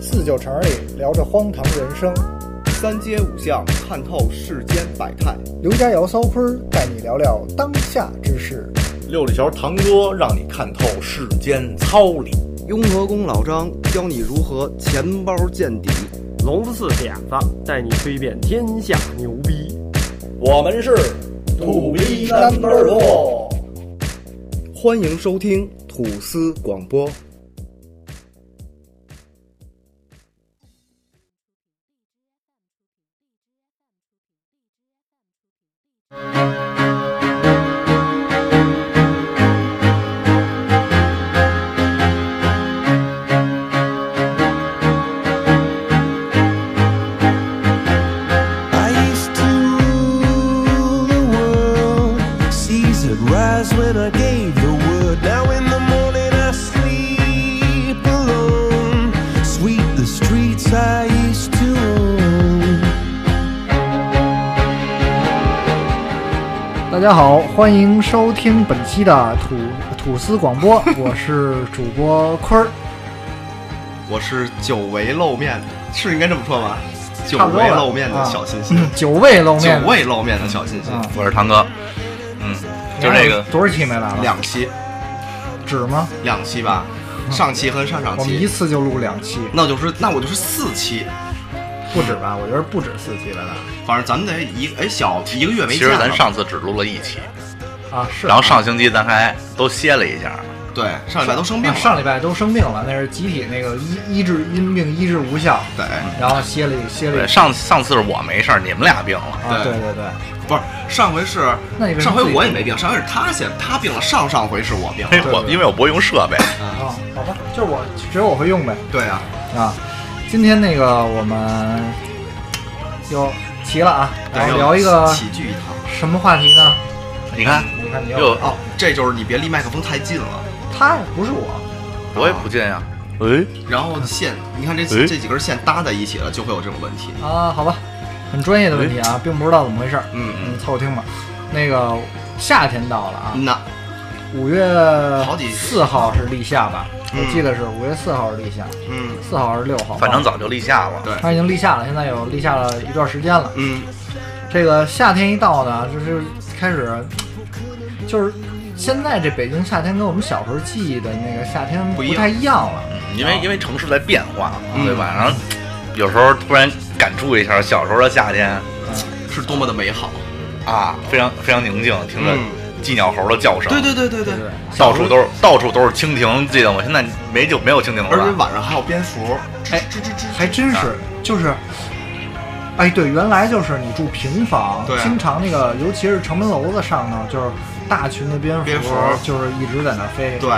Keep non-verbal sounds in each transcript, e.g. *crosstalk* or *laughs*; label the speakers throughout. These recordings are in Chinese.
Speaker 1: 四九城里聊着荒唐人生，
Speaker 2: 三街五巷看透世间百态，
Speaker 1: 刘家窑骚坤儿带你聊聊当下之事。
Speaker 3: 六里桥堂哥让你看透世间操理。
Speaker 2: 雍和宫老张教你如何钱包见底。
Speaker 4: 聋子四点子带你吹遍天下牛逼。
Speaker 3: 我们是
Speaker 1: 土逼 number
Speaker 3: one。
Speaker 2: 欢迎收听吐司广播。
Speaker 5: I used to rule the world. Seas had rise when I gave the word. Now in the morning I sleep alone. Sweep the streets I used to own.
Speaker 1: 大家好，欢迎收听本期的土土司广 *laughs* 播，我是主播坤儿，
Speaker 2: 我是久违露面，是应该这么说吗？久
Speaker 1: 差不多
Speaker 2: 违
Speaker 1: 了嗯
Speaker 2: 露面的小清新，
Speaker 1: 久未露
Speaker 2: 久
Speaker 1: 面，
Speaker 2: 未露面的小清新，
Speaker 1: 啊
Speaker 6: 我是堂哥，嗯，就这个
Speaker 1: 多少期没来了？
Speaker 2: 两期，
Speaker 1: 指吗？
Speaker 2: 两期吧，上期和上
Speaker 1: 嗯
Speaker 2: 上
Speaker 1: 我们一
Speaker 2: 期，
Speaker 1: 次就录两期，
Speaker 2: 那我就是那我就是四期，
Speaker 1: 不止吧？我觉得不止四期了
Speaker 2: 反正咱们得一哎小一个月没
Speaker 6: 其
Speaker 2: 见
Speaker 6: 实
Speaker 2: 了吧。
Speaker 6: 咱上次只录了一期，
Speaker 1: 啊，是啊。
Speaker 6: 然后上星期咱还哎都歇了一下，
Speaker 2: 对上礼拜都生病
Speaker 1: 啊
Speaker 2: 了，
Speaker 1: 上礼拜都生病了，那是集体那个医医治因病医治无效，
Speaker 2: 对，
Speaker 1: 然后歇了一歇了
Speaker 6: 对，
Speaker 1: 一
Speaker 6: 上上次是我没事儿，你们俩病了，
Speaker 1: 啊，对
Speaker 2: 对
Speaker 1: 对对，
Speaker 2: 不是上回是
Speaker 1: 那你为什
Speaker 2: 上
Speaker 1: 么
Speaker 2: 回
Speaker 1: 自己
Speaker 2: 我也没病，上回是他先他病了，上上回是我病
Speaker 6: 因
Speaker 2: 了。
Speaker 6: 为哎我因为我不会用设备，
Speaker 1: 啊，好吧，就是我只有我会用呗
Speaker 2: 对啊，
Speaker 1: 啊。今天那个我们又齐了啊，
Speaker 2: 对
Speaker 1: 然后
Speaker 2: 要
Speaker 1: 聊一个
Speaker 2: 哎
Speaker 1: 嗯
Speaker 2: 齐聚一堂。
Speaker 1: 什么话题呢？
Speaker 6: 你看
Speaker 1: 你看你
Speaker 6: 又
Speaker 1: 又
Speaker 2: 哦，这就是你别离麦克风太近了，啊
Speaker 1: 他不是我，
Speaker 6: 我也不进呀，喂，
Speaker 2: 然后线，你看这
Speaker 6: 哎
Speaker 2: 这几根线搭在一起了，就会有这种问题。
Speaker 1: 啊，好吧，很专业的问题
Speaker 2: 哎
Speaker 1: 啊，并不知道怎么回事儿，
Speaker 2: 嗯
Speaker 1: 嗯，凑合听吧。那个夏天到了啊，
Speaker 2: 嗯，那
Speaker 1: 五月
Speaker 2: 好几
Speaker 1: 四号是立夏吧？
Speaker 2: 嗯
Speaker 1: 我记得是五月四号是立夏，
Speaker 2: 嗯
Speaker 1: 四号还是六号？
Speaker 6: 反正
Speaker 1: 早，
Speaker 6: 早就立夏了，
Speaker 2: 对
Speaker 1: 它已经立夏了，现在有立夏了一段时间了。
Speaker 2: 嗯，
Speaker 1: 这个夏天一到呢，就是开始，就是现在这北京夏天跟我们小时候记忆的那个夏天
Speaker 2: 不
Speaker 1: 不
Speaker 2: 一样
Speaker 1: 太一样了。
Speaker 6: 嗯因为因为城市在变化，
Speaker 2: 嗯
Speaker 6: 对吧？然后有时候突然感触一下小时候的夏天
Speaker 2: 是多么的美好。
Speaker 6: 啊，非常非常宁静，听着
Speaker 2: 嗯
Speaker 6: 鸡鸟猴的叫声，
Speaker 2: 对对对对
Speaker 1: 对，
Speaker 2: 对
Speaker 1: 对，
Speaker 6: 到处都是到处都是蜻蜓，记得我现在没就没有蜻蜓了
Speaker 2: 而且
Speaker 6: 吧？
Speaker 2: 晚上还有蝙蝠，
Speaker 1: 哎
Speaker 2: 吱吱吱吱，
Speaker 1: 还真是，就是。哎，对，原来就是你住平房，
Speaker 2: 对
Speaker 1: 经常那个，尤其是城门楼子上头，就是大群的蝙蝠，
Speaker 2: 蝙蝠
Speaker 1: 就是一直在那飞。
Speaker 2: 对，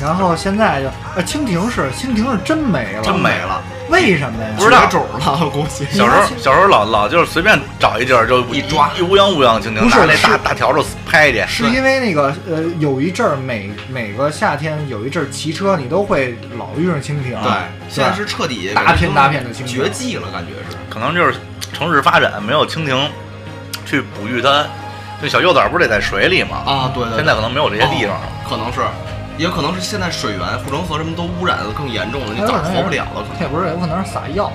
Speaker 1: 然后现在就，呃，蜻蜓是蜻蜓是真没了，
Speaker 6: 真
Speaker 2: 没了，
Speaker 1: 为什么呀？
Speaker 6: 不知道
Speaker 2: 绝种了，估
Speaker 6: *laughs*
Speaker 2: 计。
Speaker 6: 小时候，小时候老老就是随便找一地儿就
Speaker 2: 一抓
Speaker 6: 一乌泱乌泱蜻蜓，
Speaker 1: 不是
Speaker 6: 拿那
Speaker 1: 是
Speaker 6: 大大笤帚拍去，
Speaker 1: 是因为那个呃，有一阵儿每每个夏天有一阵儿骑车，你都会老遇上蜻蜓。
Speaker 2: 对，现在是彻底
Speaker 1: 啊大片大片的蜻蜓
Speaker 2: 绝迹了，感觉是。
Speaker 6: 可能就是城市发展没有蜻蜓去哺育它，就小幼崽不是得在水里吗？
Speaker 2: 啊，对对对。
Speaker 6: 现在可能没有这些地方了。
Speaker 2: 可能是，也可能是现在水源、护城河什么都污染的更严重了，你
Speaker 1: 它有
Speaker 2: 早
Speaker 1: 可能
Speaker 2: 活不
Speaker 1: 是
Speaker 2: 了了，可
Speaker 1: 它也不是，有可能是撒药。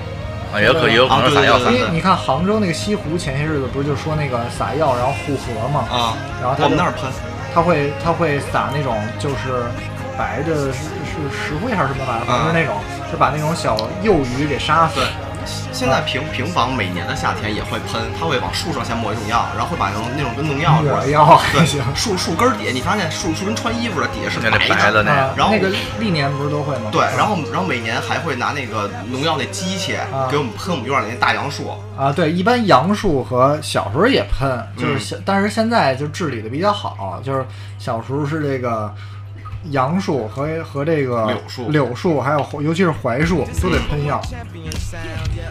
Speaker 6: 啊，也可
Speaker 1: 对
Speaker 6: 也有可能是
Speaker 2: 啊
Speaker 6: 撒
Speaker 2: 对
Speaker 6: 药
Speaker 2: 对
Speaker 6: 撒
Speaker 1: 因
Speaker 2: 对
Speaker 1: 为你看杭州那个西湖前些日子不是就说那个撒药然后护河嘛，
Speaker 2: 能啊。
Speaker 1: 然后它
Speaker 2: 我们那
Speaker 1: 就
Speaker 2: 儿喷，
Speaker 1: 它会它会撒那种就是白的是是石灰还是什么玩意儿，反正
Speaker 2: 啊
Speaker 1: 是那种就把那种小幼鱼给杀死
Speaker 2: 对。现在平平房每年的夏天也会喷，它会往树上先抹一种药，然后会把那种那种跟农药似
Speaker 1: 抹
Speaker 2: 的。
Speaker 1: 药还
Speaker 2: 对
Speaker 1: 行。，
Speaker 2: 树树根儿底下，你发现树树跟穿衣服的底下是
Speaker 6: 那那
Speaker 2: 白
Speaker 6: 白的那
Speaker 1: 啊
Speaker 6: 个，
Speaker 2: 然后
Speaker 1: 那个历年不是都会吗？
Speaker 2: 对，然后然后每年还会拿那个农药那机器
Speaker 1: 啊
Speaker 2: 给我们喷我们院里那大杨树，
Speaker 1: 啊，对，一般杨树和小时候也喷，就是
Speaker 2: 嗯
Speaker 1: 现、但是现在就治理的比较好，就是小时候是这个杨树和和这个
Speaker 2: 柳树嗯
Speaker 1: 柳树还有槐尤其是槐树都得喷药，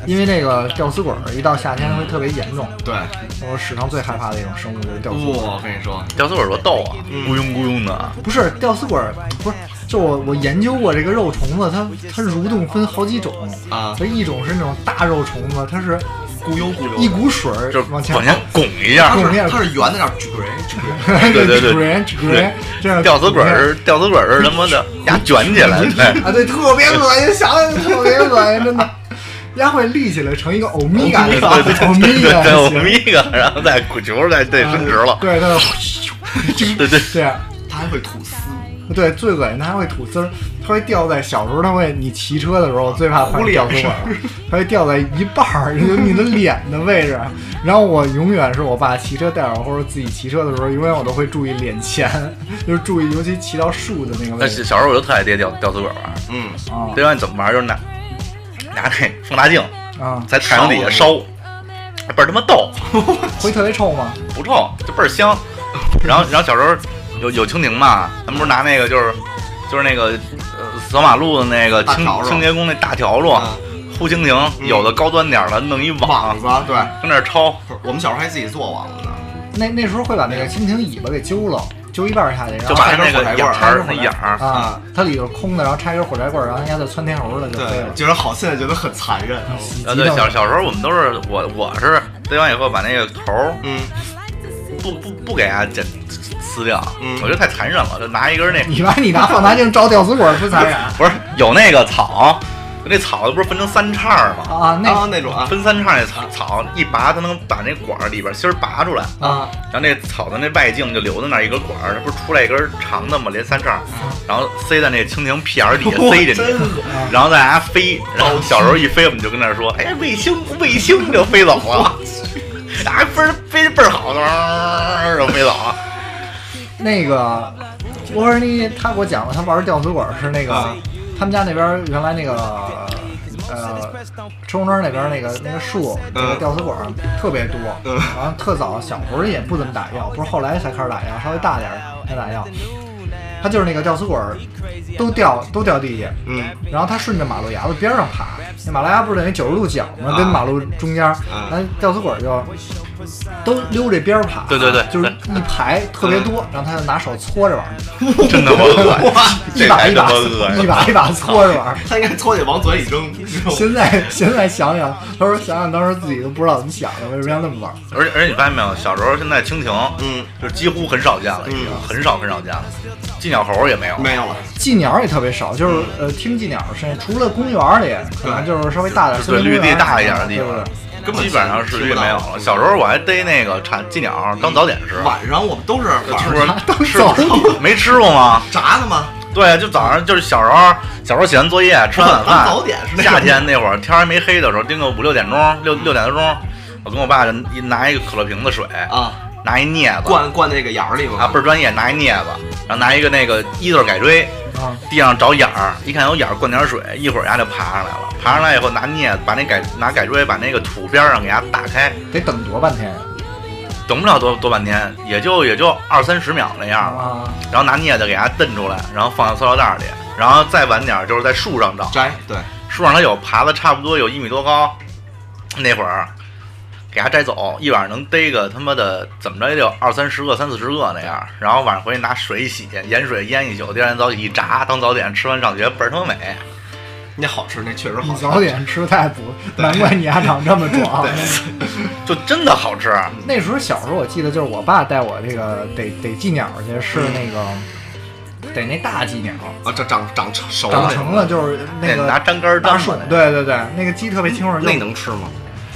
Speaker 1: 因为这个吊死鬼儿一到夏天会特别严重。
Speaker 2: 对，
Speaker 1: 我史上最害怕的一种生物就是吊死鬼儿。
Speaker 2: 哇我跟你说，
Speaker 6: 吊死鬼多逗啊，
Speaker 2: 嗯
Speaker 6: 咕拥咕拥的。
Speaker 1: 不是吊死鬼儿，不是，就我我研究过这个肉虫子，它它蠕动分好几种
Speaker 2: 啊
Speaker 1: 它一种是那种大肉虫子，它是
Speaker 2: 咕悠咕悠的，
Speaker 1: 一股水儿
Speaker 6: 就是
Speaker 1: 往
Speaker 6: 往
Speaker 1: 前
Speaker 6: 前拱一下
Speaker 2: 它
Speaker 1: 拱，面
Speaker 2: 是它是圆的，那样卷卷，
Speaker 6: *laughs* 对对对
Speaker 1: 对，
Speaker 6: 对
Speaker 1: 这样
Speaker 6: 吊死鬼儿，吊死鬼儿他妈 *laughs* 的牙卷起来， *laughs* 对，
Speaker 1: 啊，对，特别恶心，想想就特别恶心，真的。鸭会立起来成一个欧米伽，
Speaker 6: 对对
Speaker 1: 欧
Speaker 6: 对
Speaker 1: 米
Speaker 6: 对
Speaker 1: 伽
Speaker 6: 对，我
Speaker 1: 型
Speaker 6: 们一个，然后再鼓球，再再伸直了，
Speaker 1: 对对
Speaker 6: 对对，
Speaker 1: *laughs* 对样
Speaker 2: 它还会吐丝，
Speaker 1: 对，最恶心它还会吐丝儿，它会掉在小时候，它会你骑车的时候最怕
Speaker 2: 糊
Speaker 1: 碰
Speaker 2: 脸
Speaker 1: 掉车管儿，它会掉在一半儿， *laughs* 就是你的脸的位置。然后我永远是我爸骑车带我，或者自己骑车的时候，永远我都会注意脸前， *laughs* 就是注意，尤其骑到树的那个位
Speaker 6: 但
Speaker 1: 置
Speaker 6: 是小时候我就特爱爹吊吊死鬼儿玩，
Speaker 2: 嗯，
Speaker 1: 啊
Speaker 6: 对吧？你怎么玩？就是拿拿那放大镜
Speaker 1: 啊，
Speaker 6: 在太阳底下烧，倍儿他妈逗，
Speaker 1: 会特别臭吗？
Speaker 6: 不臭，就倍儿香。 *laughs* 然后，然后小时候有有蜻蜓嘛，咱们不是拿那个就是就是那个呃扫马路的那个
Speaker 2: 大
Speaker 6: 清
Speaker 2: 笤帚
Speaker 6: 清洁工那大笤帚
Speaker 2: 啊
Speaker 6: 呼蜻蜓，有的高端点儿的弄一网
Speaker 2: 网，子，对，
Speaker 6: 跟那儿抄，
Speaker 2: 我们小时候还自己做网子呢，
Speaker 1: 那那时候会把那个蜻蜓尾巴给揪了，揪一半儿下去，然后
Speaker 6: 就把那个眼
Speaker 1: 拆根
Speaker 6: 儿
Speaker 1: 火
Speaker 6: 那
Speaker 1: 柴
Speaker 6: 眼儿，
Speaker 1: 啊，它里头是空的，然后插根火柴棍儿，然后人家就窜天猴了，就飞
Speaker 2: 对，
Speaker 1: 了。
Speaker 2: 觉得好，现在觉得很残忍，
Speaker 1: 喜极
Speaker 6: 啊对，
Speaker 1: 到
Speaker 6: 小小时候我们都是我我是逮完以后把那个头儿
Speaker 2: 嗯，
Speaker 6: 不不不给它剪撕掉
Speaker 2: 嗯，
Speaker 6: 我觉得太残忍了，就拿一根那
Speaker 1: 你把你拿放大镜照吊死鬼儿不残忍
Speaker 6: 不是有那个草，那草不是分成三叉儿吗？
Speaker 1: 啊？那
Speaker 2: 啊那种啊，
Speaker 6: 分三叉那草草一拔，它能把那管儿里边芯儿拔出来，
Speaker 1: 啊，
Speaker 6: 然后那草的那外径就留在那儿一根管儿，它不是出来一根长的吗？连三叉，然后塞在那蜻蜓屁眼儿
Speaker 1: *laughs*
Speaker 6: 底下塞进去，然后再让它飞。然后小时候一飞，我们就跟那儿说：“哎，卫星，卫星！”就飞走
Speaker 1: *laughs*
Speaker 6: 了，啊，飞儿飞得倍儿好，就飞走了。
Speaker 1: *laughs* 那个波尔尼他给我讲过，他玩吊死鬼儿是那个他们家那边儿原来那个呃周庄那边儿那个那个树那个吊死鬼儿特别多，然后特早小时候也不怎么打药，不是后来才开始打药，稍微大点儿才打药。他就是那个吊死鬼儿，都掉都掉地下，
Speaker 2: 嗯，
Speaker 1: 然后他顺着马路牙子边上爬，那马路牙不是等于九十度角吗？跟马路中间儿，那吊死鬼儿就都溜这边儿爬，啊
Speaker 6: 对对对嗯
Speaker 1: 就是一排特别多，然后他就拿手搓着玩儿，
Speaker 6: 真他妈恶心，
Speaker 1: 一
Speaker 6: 这
Speaker 1: 把
Speaker 6: 才
Speaker 1: 一
Speaker 6: 他
Speaker 1: 把
Speaker 6: 妈恶
Speaker 1: 一
Speaker 6: 心。哦
Speaker 1: 把一把搓着玩儿。
Speaker 2: 他应该搓起往嘴里扔，
Speaker 1: *laughs* 现在现在想想，他说想想当时自己都不知道怎么想的，为什么要那么玩儿？
Speaker 6: 而且而且你发现没有，小时候现在蜻蜓，
Speaker 2: 嗯，
Speaker 6: 就是几乎很少见了，已经
Speaker 2: 嗯
Speaker 6: 很少很少见了。金鸟猴也没有，
Speaker 2: 没有了，
Speaker 1: 寄鸟也特别少，
Speaker 6: 嗯
Speaker 1: 就是呃听寄鸟的声音，除了公园儿里，可能就是稍微大
Speaker 2: 啊
Speaker 1: 点儿，
Speaker 6: 就对
Speaker 1: 森林
Speaker 6: 绿
Speaker 1: 公园
Speaker 6: 地
Speaker 1: 儿
Speaker 6: 大一
Speaker 1: 什
Speaker 6: 点
Speaker 1: 么
Speaker 6: 的地
Speaker 1: 对不对，
Speaker 6: 方
Speaker 2: 根本
Speaker 6: 基本上市区没有
Speaker 2: 听不
Speaker 6: 了。
Speaker 2: 到
Speaker 6: 小时候我还逮那个产寄鸟当早点吃，
Speaker 2: 嗯晚上我们都是晚
Speaker 6: 吃
Speaker 2: 上
Speaker 6: 不是吃
Speaker 1: 早
Speaker 6: 没吃过吗？
Speaker 2: 炸的吗？
Speaker 6: 对，啊就早上就是小时候，小时候写完作业吃完晚饭，
Speaker 2: 早点是那种
Speaker 6: 夏天那会儿天还没黑的时候，盯个五六点钟，六六点多钟，我跟我爸就一拿一个可乐瓶子水，
Speaker 2: 啊，
Speaker 6: 拿一镊子，
Speaker 2: 灌灌那个眼儿里
Speaker 6: 啊
Speaker 2: 吗？
Speaker 6: 倍儿专业，拿一镊子，然后拿一个那个一字改锥，
Speaker 1: 啊
Speaker 6: 地上找眼儿，一看有眼儿，灌点水，一会儿牙就爬上来了。爬上来以后，拿镊子把那改拿改锥把那个土边儿上给它打开，
Speaker 1: 得等多半天
Speaker 6: 等不了多多半天，也就 *laughs* 也就二三十秒那样吧。
Speaker 1: 啊。
Speaker 6: 然后拿镊子给它蹬出来，然后放到塑料袋儿里，然后再晚点儿就是在树上找，
Speaker 2: 摘对，
Speaker 6: 树上它有爬的差不多有一米多高，那会儿给它摘走，一晚上能逮个他妈的怎么着也得有二三十个、三四十个那样。然后晚上回去拿水洗，盐水腌一宿，第二天早起一炸当早点，吃完上学倍儿他妈美。
Speaker 2: 那好吃，那确实
Speaker 1: 你
Speaker 2: 好吃。
Speaker 1: 早点吃太补，难怪你牙长这么
Speaker 6: *laughs*
Speaker 1: 壮。
Speaker 6: 就真的好吃。
Speaker 1: 那时候小时候，我记得就是我爸带我这个逮逮寄鸟去，是那
Speaker 6: 嗯
Speaker 1: 个逮那大寄鸟，
Speaker 2: 啊，这长长熟
Speaker 1: 长
Speaker 2: 那
Speaker 1: 成
Speaker 2: 种
Speaker 1: 了就是那个
Speaker 6: 拿粘杆儿
Speaker 1: 大
Speaker 6: 粘
Speaker 1: 树
Speaker 6: 的，，
Speaker 1: 对对对，那个鸡特别清爽，就
Speaker 2: 那能吃吗？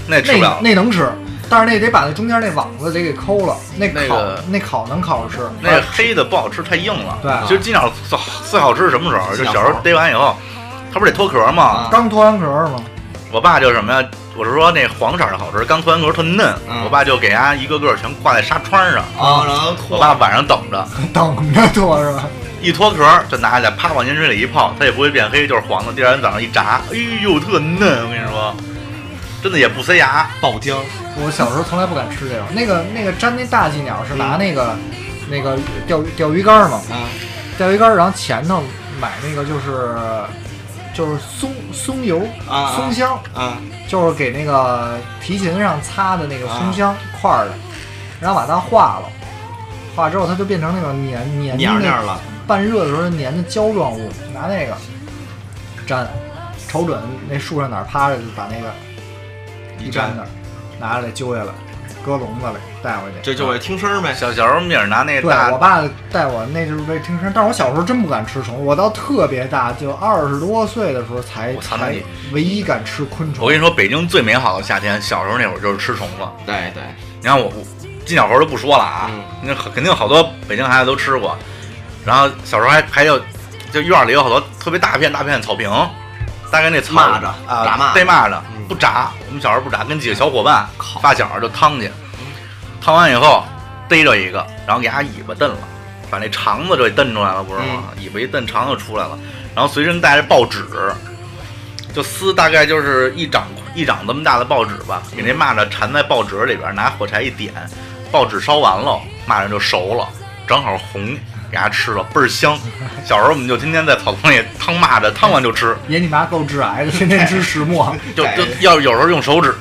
Speaker 6: 那吃不
Speaker 1: 那
Speaker 6: 了。
Speaker 1: 那能吃，但是那得把那中间那网子得给抠了，那
Speaker 6: 那
Speaker 1: 烤
Speaker 6: 个
Speaker 1: 那烤能烤着吃，
Speaker 6: 那黑的不好吃，太硬了。
Speaker 1: 对
Speaker 6: 其实鸡鸟最好最好吃是什么时候？就
Speaker 2: 鸡鸟
Speaker 6: 小时候逮完以后，它不是得脱壳吗
Speaker 2: 啊？
Speaker 1: 刚脱完壳儿嘛，
Speaker 6: 我爸就什么呀？我是说那黄色的好吃，刚脱完壳特嫩。
Speaker 2: 嗯
Speaker 6: 我爸就给它一个个全挂在纱窗上。
Speaker 2: 啊，然后
Speaker 6: 我
Speaker 2: 脱
Speaker 6: 爸晚上等着，
Speaker 1: *laughs* 等着脱是吧？
Speaker 6: 一脱壳就拿下来，啪往盐水里一泡，它也不会变黑，就是黄的。第二天早上一炸，哎呦，特嫩！我跟你说，真的也不塞牙。
Speaker 2: 爆浆，
Speaker 1: 我小时候从来不敢吃这种，那个那个粘那大寄鸟是
Speaker 6: 嗯
Speaker 1: 拿那个那个钓钓鱼竿儿嘛，
Speaker 2: 嗯
Speaker 1: 钓鱼竿儿，然后前头买那个就是就是松松油、
Speaker 2: 啊
Speaker 1: 松香，
Speaker 2: 啊，
Speaker 1: 就是给那个提琴上擦的那个
Speaker 2: 啊
Speaker 1: 松香块儿的，然后把它化了，化之后它就变成那个黏黏
Speaker 2: 黏
Speaker 1: 的
Speaker 2: 黏了，
Speaker 1: 半热的时候黏的胶状物，拿那个粘，瞅准那树上哪儿趴着就把那个
Speaker 2: 一
Speaker 1: 粘
Speaker 2: 粘
Speaker 1: 那儿，拿出来揪下来，搁笼子里带回去。
Speaker 2: 这就为听声儿呗。
Speaker 6: 小小时候米儿拿那
Speaker 1: 对我
Speaker 6: 大
Speaker 1: 爸带我那就是为听声，但是我小时候真不敢吃虫，我到特别大，就二十多岁的时候才
Speaker 6: 我操那
Speaker 1: 才
Speaker 6: 你
Speaker 1: 唯一敢吃昆虫。
Speaker 6: 我跟你说，北京最美好的夏天，小时候那会儿就是吃虫子。
Speaker 2: 对对，
Speaker 6: 你看我我金小猴就不说了啊
Speaker 2: 嗯，
Speaker 6: 那、肯定好多北京孩子都吃过。然后小时候还还有，就院儿里有好多特别大片大片的草坪，大概那草
Speaker 2: 蚂蚱
Speaker 6: 啊，
Speaker 2: 炸蚂蚱
Speaker 6: 逮蚂蚱
Speaker 2: 嗯
Speaker 6: 不炸，我们小时候不炸，跟几个小伙伴发小就趟去，趟完以后逮着一个，然后给它尾巴蹬了，把那肠子就给蹬出来了，不是吗？尾巴一蹬，肠子就出来了，然后随身带着报纸。就撕大概就是一掌一掌这么大的报纸吧，给那蚂蚱缠在报纸里边，拿火柴一点，报纸烧完了，蚂蚱就熟了，正好红，给它吃了，倍儿香。小时候我们就天天在草丛里烫蚂蚱，烫完就吃，
Speaker 1: 爷你妈够致癌的，天天吃石墨，
Speaker 6: 就就要有时候用手
Speaker 1: *laughs*
Speaker 6: 指，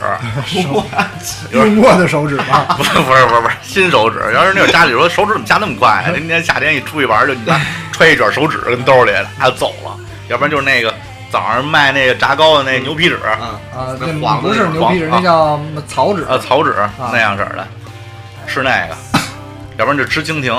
Speaker 1: 用过的手指吗？
Speaker 6: 不是不是不是不是新手指，要是那会儿家里说手指怎么下那么快，天天夏天一出去玩就你看揣一卷手指跟兜里，他就走了，要不然就是那个早上卖那个炸糕的那牛皮纸，
Speaker 2: *laughs* 嗯，
Speaker 1: 啊，
Speaker 2: 那
Speaker 1: 那
Speaker 2: 黄的
Speaker 1: 不是
Speaker 2: 那
Speaker 1: 牛皮纸，
Speaker 6: 黄
Speaker 1: 那叫草纸。？
Speaker 6: 呃，草纸那样式儿的，吃那个，要不然就吃蜻蜓，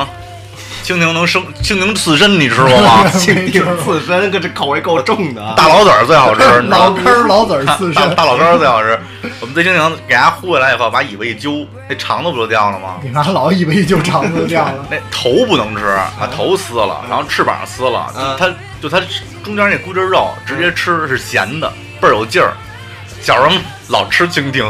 Speaker 6: 蜻蜓能生，蜻蜓刺身你吃过吗
Speaker 2: 蜻蜓刺身，这这口味够重的啊。
Speaker 6: 大老子儿最好吃，你知道
Speaker 1: 老
Speaker 6: 吗？
Speaker 1: 根儿 *laughs* 老籽儿刺
Speaker 6: 大
Speaker 1: 身。
Speaker 6: 大老根儿最好吃。我们对蜻蜓给它呼回来以后，把尾巴一揪，那肠子不就掉了吗？
Speaker 1: *laughs* 你妈老以为就肠子掉
Speaker 6: *laughs*
Speaker 1: 了，
Speaker 6: 那头不能吃，把头撕了，然后翅膀撕了，
Speaker 2: 啊嗯
Speaker 6: 就它就它中间那骨筋肉直接吃是咸的，倍儿有劲儿。小时候老吃蜻蜓。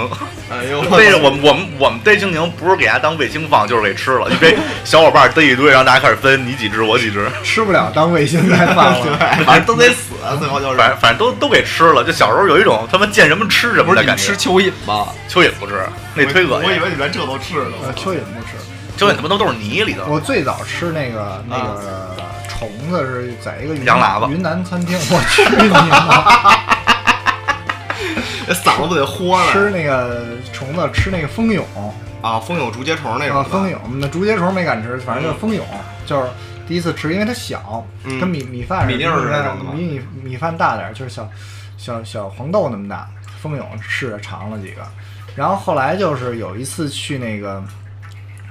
Speaker 2: 哎
Speaker 6: *laughs*
Speaker 2: 呦，
Speaker 6: 逮着我们我们我们逮蜻蜓不是给它当卫星放，就是给吃了，因
Speaker 2: *laughs*
Speaker 6: 为小伙伴逮一堆，然后大家开始分，你几只我几只，
Speaker 2: 嗯
Speaker 1: 吃不了当卫星在放
Speaker 2: 对
Speaker 1: 了。，
Speaker 2: 反正都得死，啊最后就是。
Speaker 6: 反正反正都都给吃了。就小时候有一种他妈见什么吃什
Speaker 2: 不
Speaker 6: 么
Speaker 2: 是
Speaker 6: 的
Speaker 2: 你们
Speaker 6: 感
Speaker 2: 吃
Speaker 6: 觉。
Speaker 2: 蚯蚓吗？
Speaker 6: 蚯蚓不吃，那忒恶
Speaker 2: 我以
Speaker 6: 心。
Speaker 2: 为你们这都吃了。
Speaker 6: 啊
Speaker 1: 呃，蚯蚓不吃。
Speaker 6: 蚯蚓他妈都是泥里头，
Speaker 1: 我最早吃那个那个虫子是在一个云
Speaker 6: 羊喇叭
Speaker 1: 云南餐厅，我去你妈！
Speaker 2: 这嗓子不得豁了
Speaker 1: 吃那个虫子，吃那个蜂蛹
Speaker 2: 啊！蜂蛹、竹节虫那种
Speaker 1: 啊
Speaker 2: 的，，
Speaker 1: 蜂蛹。那竹节虫没敢吃，反正就是蜂蛹，就是第一次吃，因为它小，
Speaker 2: 嗯
Speaker 1: 跟米米饭
Speaker 2: 米粒儿
Speaker 1: 似
Speaker 2: 那种的吗
Speaker 1: 比米米饭大点儿，就是小小小黄豆那么大。蜂蛹试着尝了几个，然后后来就是有一次去那个，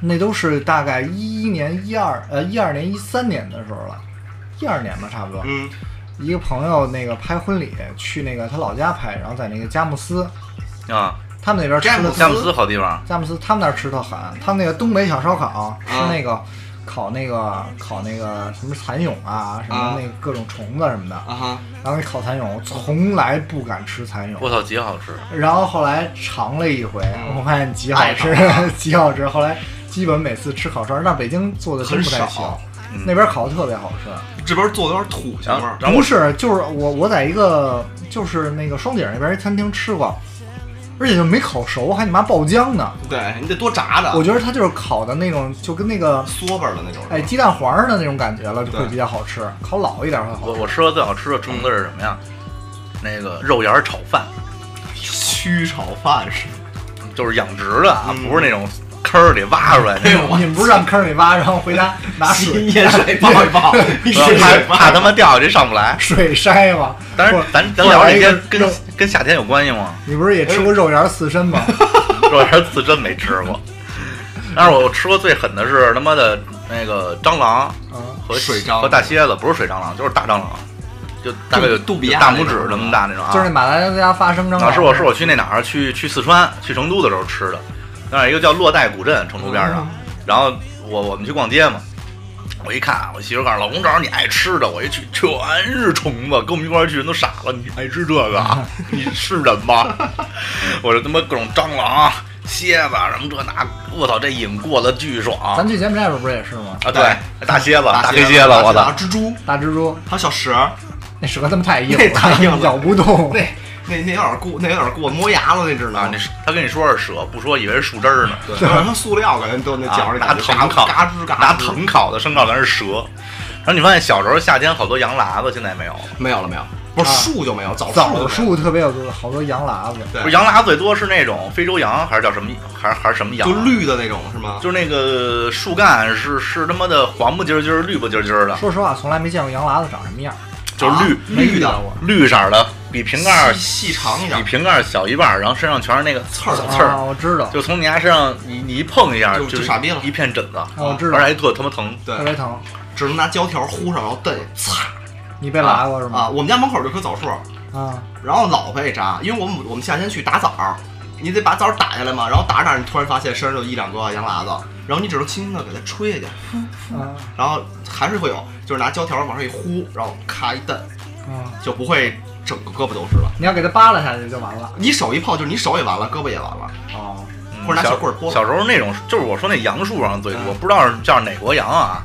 Speaker 1: 那都是大概一一年、一二呃一二年、一三年的时候了，一二年吧，差不多。
Speaker 2: 嗯，
Speaker 1: 一个朋友那个拍婚礼，去那个他老家拍，然后在那个佳木斯，
Speaker 6: 啊，
Speaker 1: 他们那边吃的
Speaker 6: 佳木斯好地方，
Speaker 1: 佳木斯他们那儿吃特狠，他们那个东北小烧烤吃
Speaker 2: 啊
Speaker 1: 那个烤那个烤那个什么蚕蛹啊，什
Speaker 2: 啊
Speaker 1: 么那个各种虫子什么的，
Speaker 2: 啊哈，
Speaker 1: 然后那烤蚕蛹，我从来不敢吃蚕
Speaker 6: 我
Speaker 1: 蛹。
Speaker 6: 操，极好吃。
Speaker 1: 然后后来尝了一回，
Speaker 2: 嗯
Speaker 1: 我发现极好吃， *laughs* 极好吃。后来基本每次吃烤串儿，但北京做的真不太
Speaker 2: 很
Speaker 1: 行
Speaker 2: 少，
Speaker 6: 嗯
Speaker 1: 那边烤的特别好吃。
Speaker 2: 这边做的有点土腥
Speaker 6: 然
Speaker 2: 味
Speaker 6: 后
Speaker 2: 儿。
Speaker 6: 然后
Speaker 1: 不
Speaker 6: 我
Speaker 1: 是，就是我我在一个就是那个双井那边一餐厅吃过，而且就没烤熟，还你妈爆浆呢。
Speaker 2: 对你得多炸着，
Speaker 1: 我觉得它就是烤的那种，就跟那个
Speaker 2: 缩巴的那种。
Speaker 1: 哎鸡蛋黄儿的那种感觉了，就会
Speaker 2: 对
Speaker 1: 比较好吃。烤老一点会好
Speaker 6: 我
Speaker 1: 吃。
Speaker 6: 我吃过最好吃的虫子是什么呀？那个肉芽儿炒饭，
Speaker 2: 蛆炒饭是吗？
Speaker 6: 就是养殖的啊，
Speaker 2: 嗯
Speaker 6: 不是那种坑儿里挖出来的那种。
Speaker 1: 你们不是让坑里挖，然后回家
Speaker 2: *laughs*
Speaker 6: 啊
Speaker 1: 拿水
Speaker 2: 盐水泡一泡，一水
Speaker 6: 怕
Speaker 2: 泡
Speaker 6: 怕他妈掉下去上不来，
Speaker 1: 水筛吗？
Speaker 6: 但是
Speaker 1: 不是
Speaker 6: 咱咱聊这些
Speaker 1: 不是
Speaker 6: 跟
Speaker 1: 肉
Speaker 6: 跟夏天有关系吗？
Speaker 1: 你不是也吃过肉圆刺身吗？
Speaker 6: 肉圆儿刺身没吃过，但是我吃过最狠的是他妈的那个蟑螂
Speaker 1: 啊，
Speaker 6: 和
Speaker 2: 水蟑螂
Speaker 6: 和大蝎子，不是水蟑螂就是大蟑螂，就大概有
Speaker 2: 杜比
Speaker 6: 有
Speaker 2: 亚
Speaker 6: 大
Speaker 2: 那
Speaker 6: 拇
Speaker 2: 种
Speaker 6: 指
Speaker 2: 是
Speaker 6: 那么
Speaker 2: 吧
Speaker 6: 大那种啊。
Speaker 1: 就是那马达加发生蟑
Speaker 6: 啊，
Speaker 1: 螂。
Speaker 6: 是我是我去那哪儿去去四川去成都的时候吃的，那儿有一个叫洛带古镇，成都边上。然后我我们去逛街嘛，我一看，我媳妇告诉我老公，找着你爱吃的，我一去全是虫子，跟我们一块儿去人都傻了，你爱吃这个啊， *laughs* 你是人吗？ *laughs* 我说他妈各种蟑螂、啊蝎子什么这那，我操，这瘾过得巨爽啊！
Speaker 1: 咱去柬埔寨时候不是也是吗？
Speaker 6: 对，大蝎子、大黑
Speaker 2: 蝎
Speaker 6: 蝎子，啊我
Speaker 2: 大
Speaker 6: 操，
Speaker 2: 蜘蛛，
Speaker 1: 大蜘蛛
Speaker 2: 还有小蛇，
Speaker 1: 那蛇他妈太硬
Speaker 2: 那太硬了
Speaker 1: 了， *laughs* 咬不动
Speaker 2: 那。那那有点过，那有点过，磨牙了那只
Speaker 6: 啊
Speaker 2: 呢，
Speaker 6: 那。是他跟你说是蛇，不说以为是树枝儿呢。
Speaker 2: 对，好像塑料感觉都那
Speaker 6: 啊
Speaker 2: 脚上那
Speaker 6: 拿
Speaker 2: 感觉
Speaker 6: 藤烤，
Speaker 2: 嘎吱嘎吱，
Speaker 6: 拿藤烤的生烤的是蛇。然后你发现小时候夏天好多羊喇子，现在没有了。
Speaker 2: 没有了没有，不是
Speaker 1: 啊
Speaker 2: 树就没有，枣
Speaker 1: 枣
Speaker 2: 树
Speaker 1: 树特别有好多羊喇子，
Speaker 2: 对
Speaker 6: 不是羊喇子最多是那种非洲羊，还是叫什么，还是还是什么羊啊
Speaker 2: 就？绿的那种是吗？
Speaker 6: 就是那个树干是是他妈的黄不唧唧
Speaker 2: 啊
Speaker 6: 儿、绿不唧唧儿的，
Speaker 1: 说实话，从来没见过羊喇子长什么样，
Speaker 6: 就是绿
Speaker 1: 没遇
Speaker 2: 绿的
Speaker 1: 到过。
Speaker 6: 绿色儿的比瓶盖儿
Speaker 2: 细细长一
Speaker 6: 比
Speaker 2: 点，
Speaker 6: 瓶盖儿小一半儿，然后身上全是那个刺儿刺
Speaker 1: 啊，
Speaker 6: 儿，
Speaker 1: 我知道，
Speaker 6: 就从你家身上你你一碰一下
Speaker 2: 就
Speaker 6: 就是
Speaker 2: 就傻逼了
Speaker 6: 一片疹子，
Speaker 1: 啊，我知
Speaker 6: 而
Speaker 1: 道
Speaker 6: 且，还特他妈疼。
Speaker 2: 对
Speaker 1: 特，别疼。
Speaker 2: 只能拿胶条糊上，然后蹬，擦
Speaker 1: 你被拉过是
Speaker 2: 啊！
Speaker 1: 吗？
Speaker 2: 我们家门口就棵枣树，
Speaker 1: 啊，
Speaker 2: 然后老被扎，因为我们我们夏天去打枣儿，你得把枣儿打下来嘛，然后打着打着，你突然发现身上就一两个羊喇子，然后你只能轻轻的给它吹下去，
Speaker 1: 啊，
Speaker 2: 然后还是会有，就是拿胶条往上一呼，然后咔一蹬，
Speaker 1: 啊，
Speaker 2: 就不会整个胳膊都是了。
Speaker 1: 你要给它扒拉下去就完了。
Speaker 2: 你手一泡，就是你手也完了，胳膊也完了，
Speaker 1: 哦，
Speaker 6: 嗯
Speaker 2: 或者拿小棍儿拨
Speaker 6: 小时候那种，就是我说那杨树上最多，
Speaker 2: 嗯
Speaker 6: 不知道是叫哪国杨啊，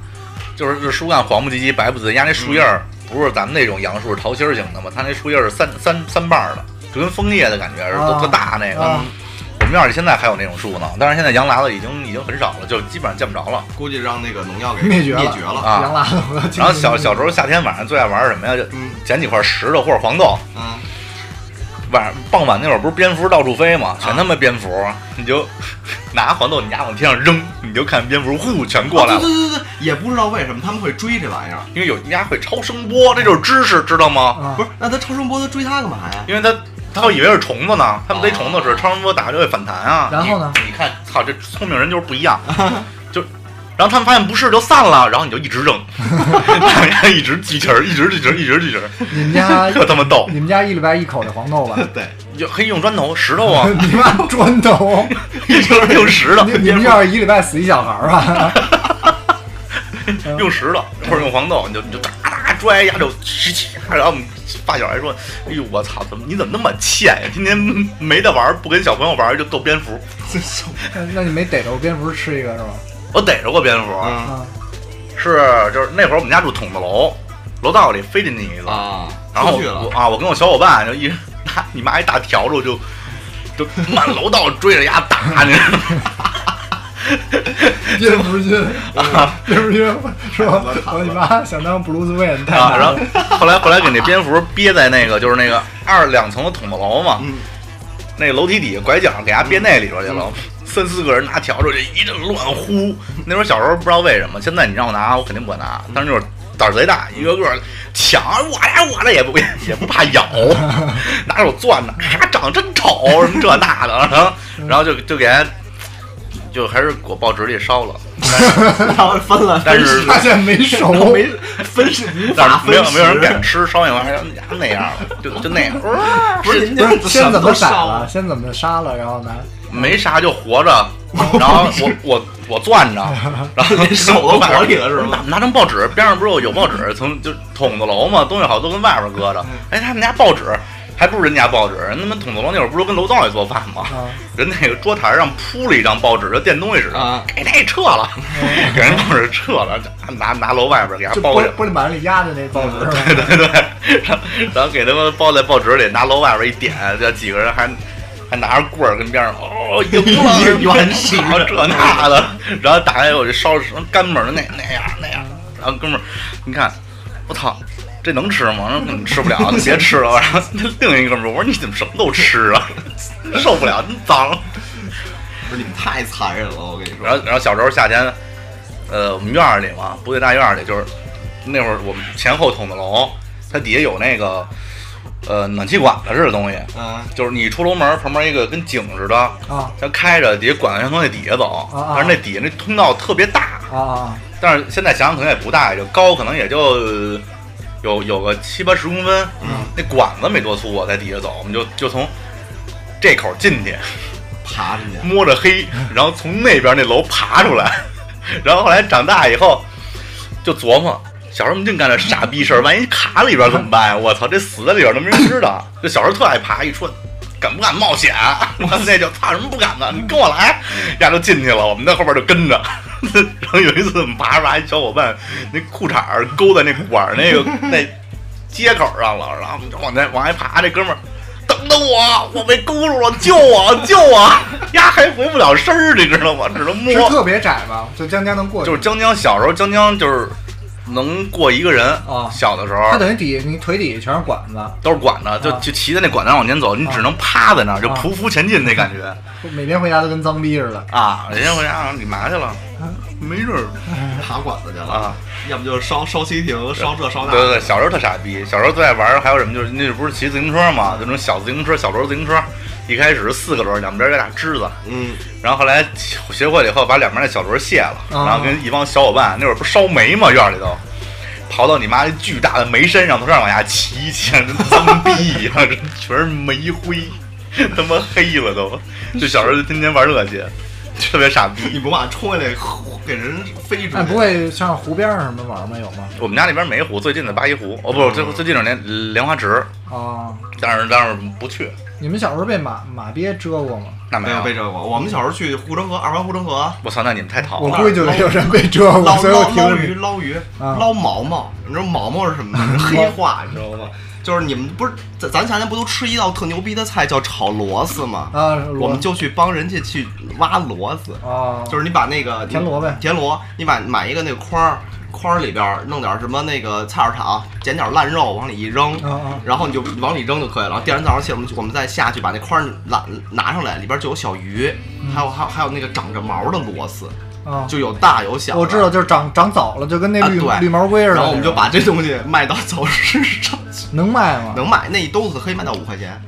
Speaker 6: 就是这树干黄不唧唧、白不唧唧，压那树叶儿不是咱们那种杨树是桃心儿型的嘛，它那树叶儿是三三三瓣儿的，就跟枫叶的感觉似的，
Speaker 1: 啊
Speaker 6: 都特大那个
Speaker 1: 啊。
Speaker 6: 我们院里现在还有那种树呢，但是现在杨喇子已经已经很少了，就基本上见不着了。
Speaker 2: 估计让那个农药给
Speaker 1: 灭绝了
Speaker 2: 灭绝了。
Speaker 6: 啊
Speaker 1: 羊拉的，我要
Speaker 6: 然后小小时候夏天晚上最爱玩什么呀？就
Speaker 2: 嗯
Speaker 6: 捡几块石头或者黄豆，
Speaker 2: 嗯，
Speaker 6: 晚上傍晚那会儿不是蝙蝠到处飞吗？全他妈蝙蝠，你就 *laughs* 拿黄豆你丫往天上扔，你就看蝙蝠呼全过来
Speaker 2: 啊
Speaker 6: 了
Speaker 2: 对。对对对，也不知道为什么他们会追这玩意儿，
Speaker 6: 因为有人家会超声波，这就是知识，知道吗？
Speaker 1: 啊
Speaker 2: 不是？那他超声波他追它干嘛呀？
Speaker 6: 因为他他会以为是虫子呢，他们逮虫子吃，超声波打就会反弹啊。
Speaker 1: 哦然后呢
Speaker 6: 你？你看，操，这聪明人就是不
Speaker 1: *laughs*
Speaker 6: 一样，就。然后他们发现不是就散了，然后你就一
Speaker 1: *laughs*
Speaker 6: 直扔，他们家一直聚气儿，一直聚气儿，一直聚气儿，
Speaker 1: 你们家
Speaker 6: 特他妈逗。
Speaker 1: *laughs* 你们家一礼拜一口的黄豆吧？
Speaker 2: 对，
Speaker 6: 就可以用砖头、石
Speaker 1: *laughs*
Speaker 6: 头啊，
Speaker 1: 你妈砖头！
Speaker 6: *laughs* 用用石头
Speaker 1: 你，你们要是一礼拜死一小孩儿吧？
Speaker 6: 用石头或者用黄豆，你就你就哒哒拽一下就十七，然后我们发小还说：“哎呦，我操，怎么你怎么那么欠呀？今天没得玩儿，不跟小朋友玩儿就逗蝙蝠。
Speaker 2: 这是
Speaker 1: 那那你没逮着蝙蝠吃一个是吧？
Speaker 6: 我逮着过蝙蝠，
Speaker 2: 嗯
Speaker 1: 啊，
Speaker 6: 是就是那会儿我们家住筒子楼，楼道里飞进去一个，
Speaker 2: 啊，
Speaker 6: 然后
Speaker 2: 出去
Speaker 6: 我
Speaker 2: 了，
Speaker 6: 啊，我跟我小伙伴就一 *laughs* 人拿你妈一大笤帚就就满楼道追着丫打，你知 *laughs* 道吗？
Speaker 1: 蝙蝠君，
Speaker 6: *laughs* 嗯
Speaker 1: 蝙蝠君说：“我你妈想当布鲁斯韦恩太
Speaker 6: 啊，
Speaker 1: 难
Speaker 6: 然
Speaker 1: 了。
Speaker 6: 后后来后来给那蝙蝠憋在那个就是那个二两层的筒子楼嘛，
Speaker 2: 嗯
Speaker 6: 那楼梯底下拐角给它憋那里边去了，
Speaker 1: 嗯
Speaker 6: 三四个人拿笤帚这一阵乱呼。那时候小时候不知道为什么，现在你让我拿我肯定不敢拿，
Speaker 1: 嗯
Speaker 6: 当时就是胆儿贼大，一个个抢，啊我呀我呀也不也不怕
Speaker 1: *laughs*
Speaker 6: 咬，拿手攥着，啊长真丑什么这那的，然后
Speaker 1: 嗯
Speaker 6: 然后就就给它就还是裹报纸里烧了，
Speaker 2: *laughs* 然后分了，
Speaker 6: 但
Speaker 2: 分食
Speaker 6: 是
Speaker 1: 发现没
Speaker 6: *laughs*
Speaker 1: 熟，
Speaker 2: 没分是无
Speaker 6: 但
Speaker 2: 法
Speaker 6: 是
Speaker 2: 分
Speaker 6: 没有没有人
Speaker 2: 食
Speaker 6: 敢吃烧完完还那那样了，就就那样，
Speaker 1: *laughs*
Speaker 2: 不是
Speaker 1: 不是先怎么宰
Speaker 2: 烧
Speaker 1: 了？？先怎么杀了？然后拿
Speaker 6: 没啥就活着，然后我
Speaker 2: *laughs*
Speaker 6: 我我攥着， *laughs* 然后
Speaker 2: 手都裹里了是吗
Speaker 6: 拿拿张报纸，边上不是有报纸，从就筒子楼嘛，东西好都跟外边搁着。
Speaker 2: 嗯
Speaker 6: 哎，他们家报纸还不如人家报纸，人他妈筒子楼那会儿不是跟楼道里做饭吗？
Speaker 1: 啊
Speaker 6: 人那个桌台上铺了一张报纸，就垫东西似
Speaker 2: *laughs*
Speaker 6: 的
Speaker 2: 啊，，
Speaker 6: 给那撤了，给人报纸撤了，拿拿楼外边给他
Speaker 1: 就
Speaker 6: 包
Speaker 1: 玻
Speaker 6: 去。
Speaker 1: 玻璃板里压的那报纸是吧？
Speaker 6: 对对 *laughs* 对，然后然后给他们包在报纸里，拿楼外边一点，这几个人还还拿着棍儿跟边上
Speaker 1: *laughs*
Speaker 6: 哦赢了 *laughs*
Speaker 2: 原始
Speaker 6: 然后这那的，然后打开我就烧什么干门儿那那样那样，然后哥们儿，你看，我操。这能吃吗？然后你吃不了，你别吃了。然 *laughs* 后另一哥们儿，我说你怎么什么都吃啊？ *laughs* 受不了，真脏。
Speaker 2: 不是你们太残忍了，我跟你
Speaker 6: 然
Speaker 2: 说。
Speaker 6: 后然后小时候夏天，呃，我们院儿里嘛，部队大院儿里就是那会儿我们前后筒子楼，它底下有那个呃暖气管子似的东西，
Speaker 2: 嗯，
Speaker 6: 就是你出楼门儿旁边一个跟井似的，
Speaker 1: 啊
Speaker 6: 它开着底下管子全从那底下走，
Speaker 1: 啊啊
Speaker 6: 但是那底下那通道特别大，
Speaker 1: 啊啊！
Speaker 6: 但是现在想想可能也不大，也就高，可能也就呃有有个七八十公分。
Speaker 2: 嗯，
Speaker 6: 那管子没多粗啊，在底下走，我们就就从这口进去，
Speaker 2: 爬进去，
Speaker 6: 摸着黑，然后从那边那楼爬出来， *laughs* 然后后来长大以后就琢磨，小时候我们净干这傻逼事儿，万一卡里边怎么办呀？我操，这死在里边能没人知道？就小时候特爱爬，一说敢不敢冒险？啊我那就怕什么不敢呢？你跟我来，
Speaker 1: 嗯
Speaker 6: *laughs* 丫就进去了，我们在后边就跟着。 *laughs* 然后有一次我们爬着爬，一小伙伴那裤衩儿勾在那管
Speaker 1: *laughs*
Speaker 6: 儿那个那接口上了，然后我们就往那往外爬，这哥们儿。等等我，我被勾住了，救我，救我！ *laughs* 丫还回不了身儿，你知道吗？只能摸。
Speaker 1: 是特别窄吧？就江江能过去，
Speaker 6: 就是江江小时候，江江就是能过一个人
Speaker 1: 啊
Speaker 6: 小的时
Speaker 1: 它
Speaker 6: 候
Speaker 1: 等于底你腿底下全是管子。
Speaker 6: 都是管的，就
Speaker 1: 啊
Speaker 6: 就骑在那管子上往前走，你只能趴在那儿，就匍匐前进那感觉。
Speaker 1: 每天回家都跟脏逼似的。
Speaker 6: 啊，人家回家你嘛去了？没事儿
Speaker 1: 嗯
Speaker 2: 爬馆子去了，
Speaker 6: 啊。
Speaker 2: 要不就是烧烧西亭，烧这烧那。
Speaker 6: 对对对，小时候特傻逼，小时候最爱玩儿还有什么就是那不是骑自行车嘛，就那种小自行车、小轮自行车，一开始是四个轮儿，两边儿有俩枝子，
Speaker 2: 嗯，
Speaker 6: 然后后来学会了以后，把两边儿那小轮儿卸了，
Speaker 1: 啊
Speaker 6: 然后跟一帮小伙伴那会儿不是烧煤嘛，院儿里头。刨到你妈那巨大的煤身上，从上往下骑，骑像跟脏逼一样， *laughs* 这全是煤灰，他妈黑了都。就小时候就天天玩这些，特别傻逼。
Speaker 2: 你不怕冲下来给人飞出去？
Speaker 1: 哎，不会上湖边儿上什么玩吗？有吗？
Speaker 6: 我们家那边没湖，最近的八一湖，哦不，最最近两年莲花池，
Speaker 1: 啊，
Speaker 6: 但是但是不去，
Speaker 1: 你们小时候被马马鳖蛰过吗？
Speaker 6: 那
Speaker 2: 没有被这过。我们小时候去护城河，二环护城河
Speaker 6: 我操，那你们太淘
Speaker 1: 我
Speaker 6: 了。
Speaker 1: 估计就得有人被蛰过，
Speaker 2: 捞
Speaker 1: 所以我
Speaker 2: 捞
Speaker 1: 听
Speaker 2: 捞
Speaker 1: 着
Speaker 2: 鱼
Speaker 1: 你。
Speaker 2: 捞鱼
Speaker 1: 啊
Speaker 2: 捞毛毛，你知道毛毛是什么
Speaker 1: *laughs*
Speaker 2: 吗？是黑话，你知道吗？就是你们不是咱咱夏天不都吃一道特牛逼的菜叫炒螺丝吗？
Speaker 1: 啊，
Speaker 2: 我们
Speaker 1: 就
Speaker 2: 就去帮人家去挖螺丝，
Speaker 1: 啊，
Speaker 2: 就是你把那个
Speaker 1: 田螺呗
Speaker 2: 田螺，你把买一个那个筐儿，筐儿里边儿弄点儿什么那个菜市场捡点儿烂肉往里一扔，
Speaker 1: 啊啊
Speaker 2: 然后你就往里扔就可以了。然后第二天早上起来，我们我们再下去把那筐儿拿拿上来，里边就有小鱼，
Speaker 1: 嗯
Speaker 2: 还有还有还有那个长着毛的螺丝，
Speaker 1: 啊，
Speaker 2: 就有大有小的。
Speaker 1: 我知道，就是长长早了，就跟那绿
Speaker 2: 啊对
Speaker 1: 绿毛龟似的。
Speaker 2: 然后我们就把这东西卖到早市上去， *laughs*
Speaker 1: 能卖吗？
Speaker 2: 能卖那一兜子可以卖到五块钱，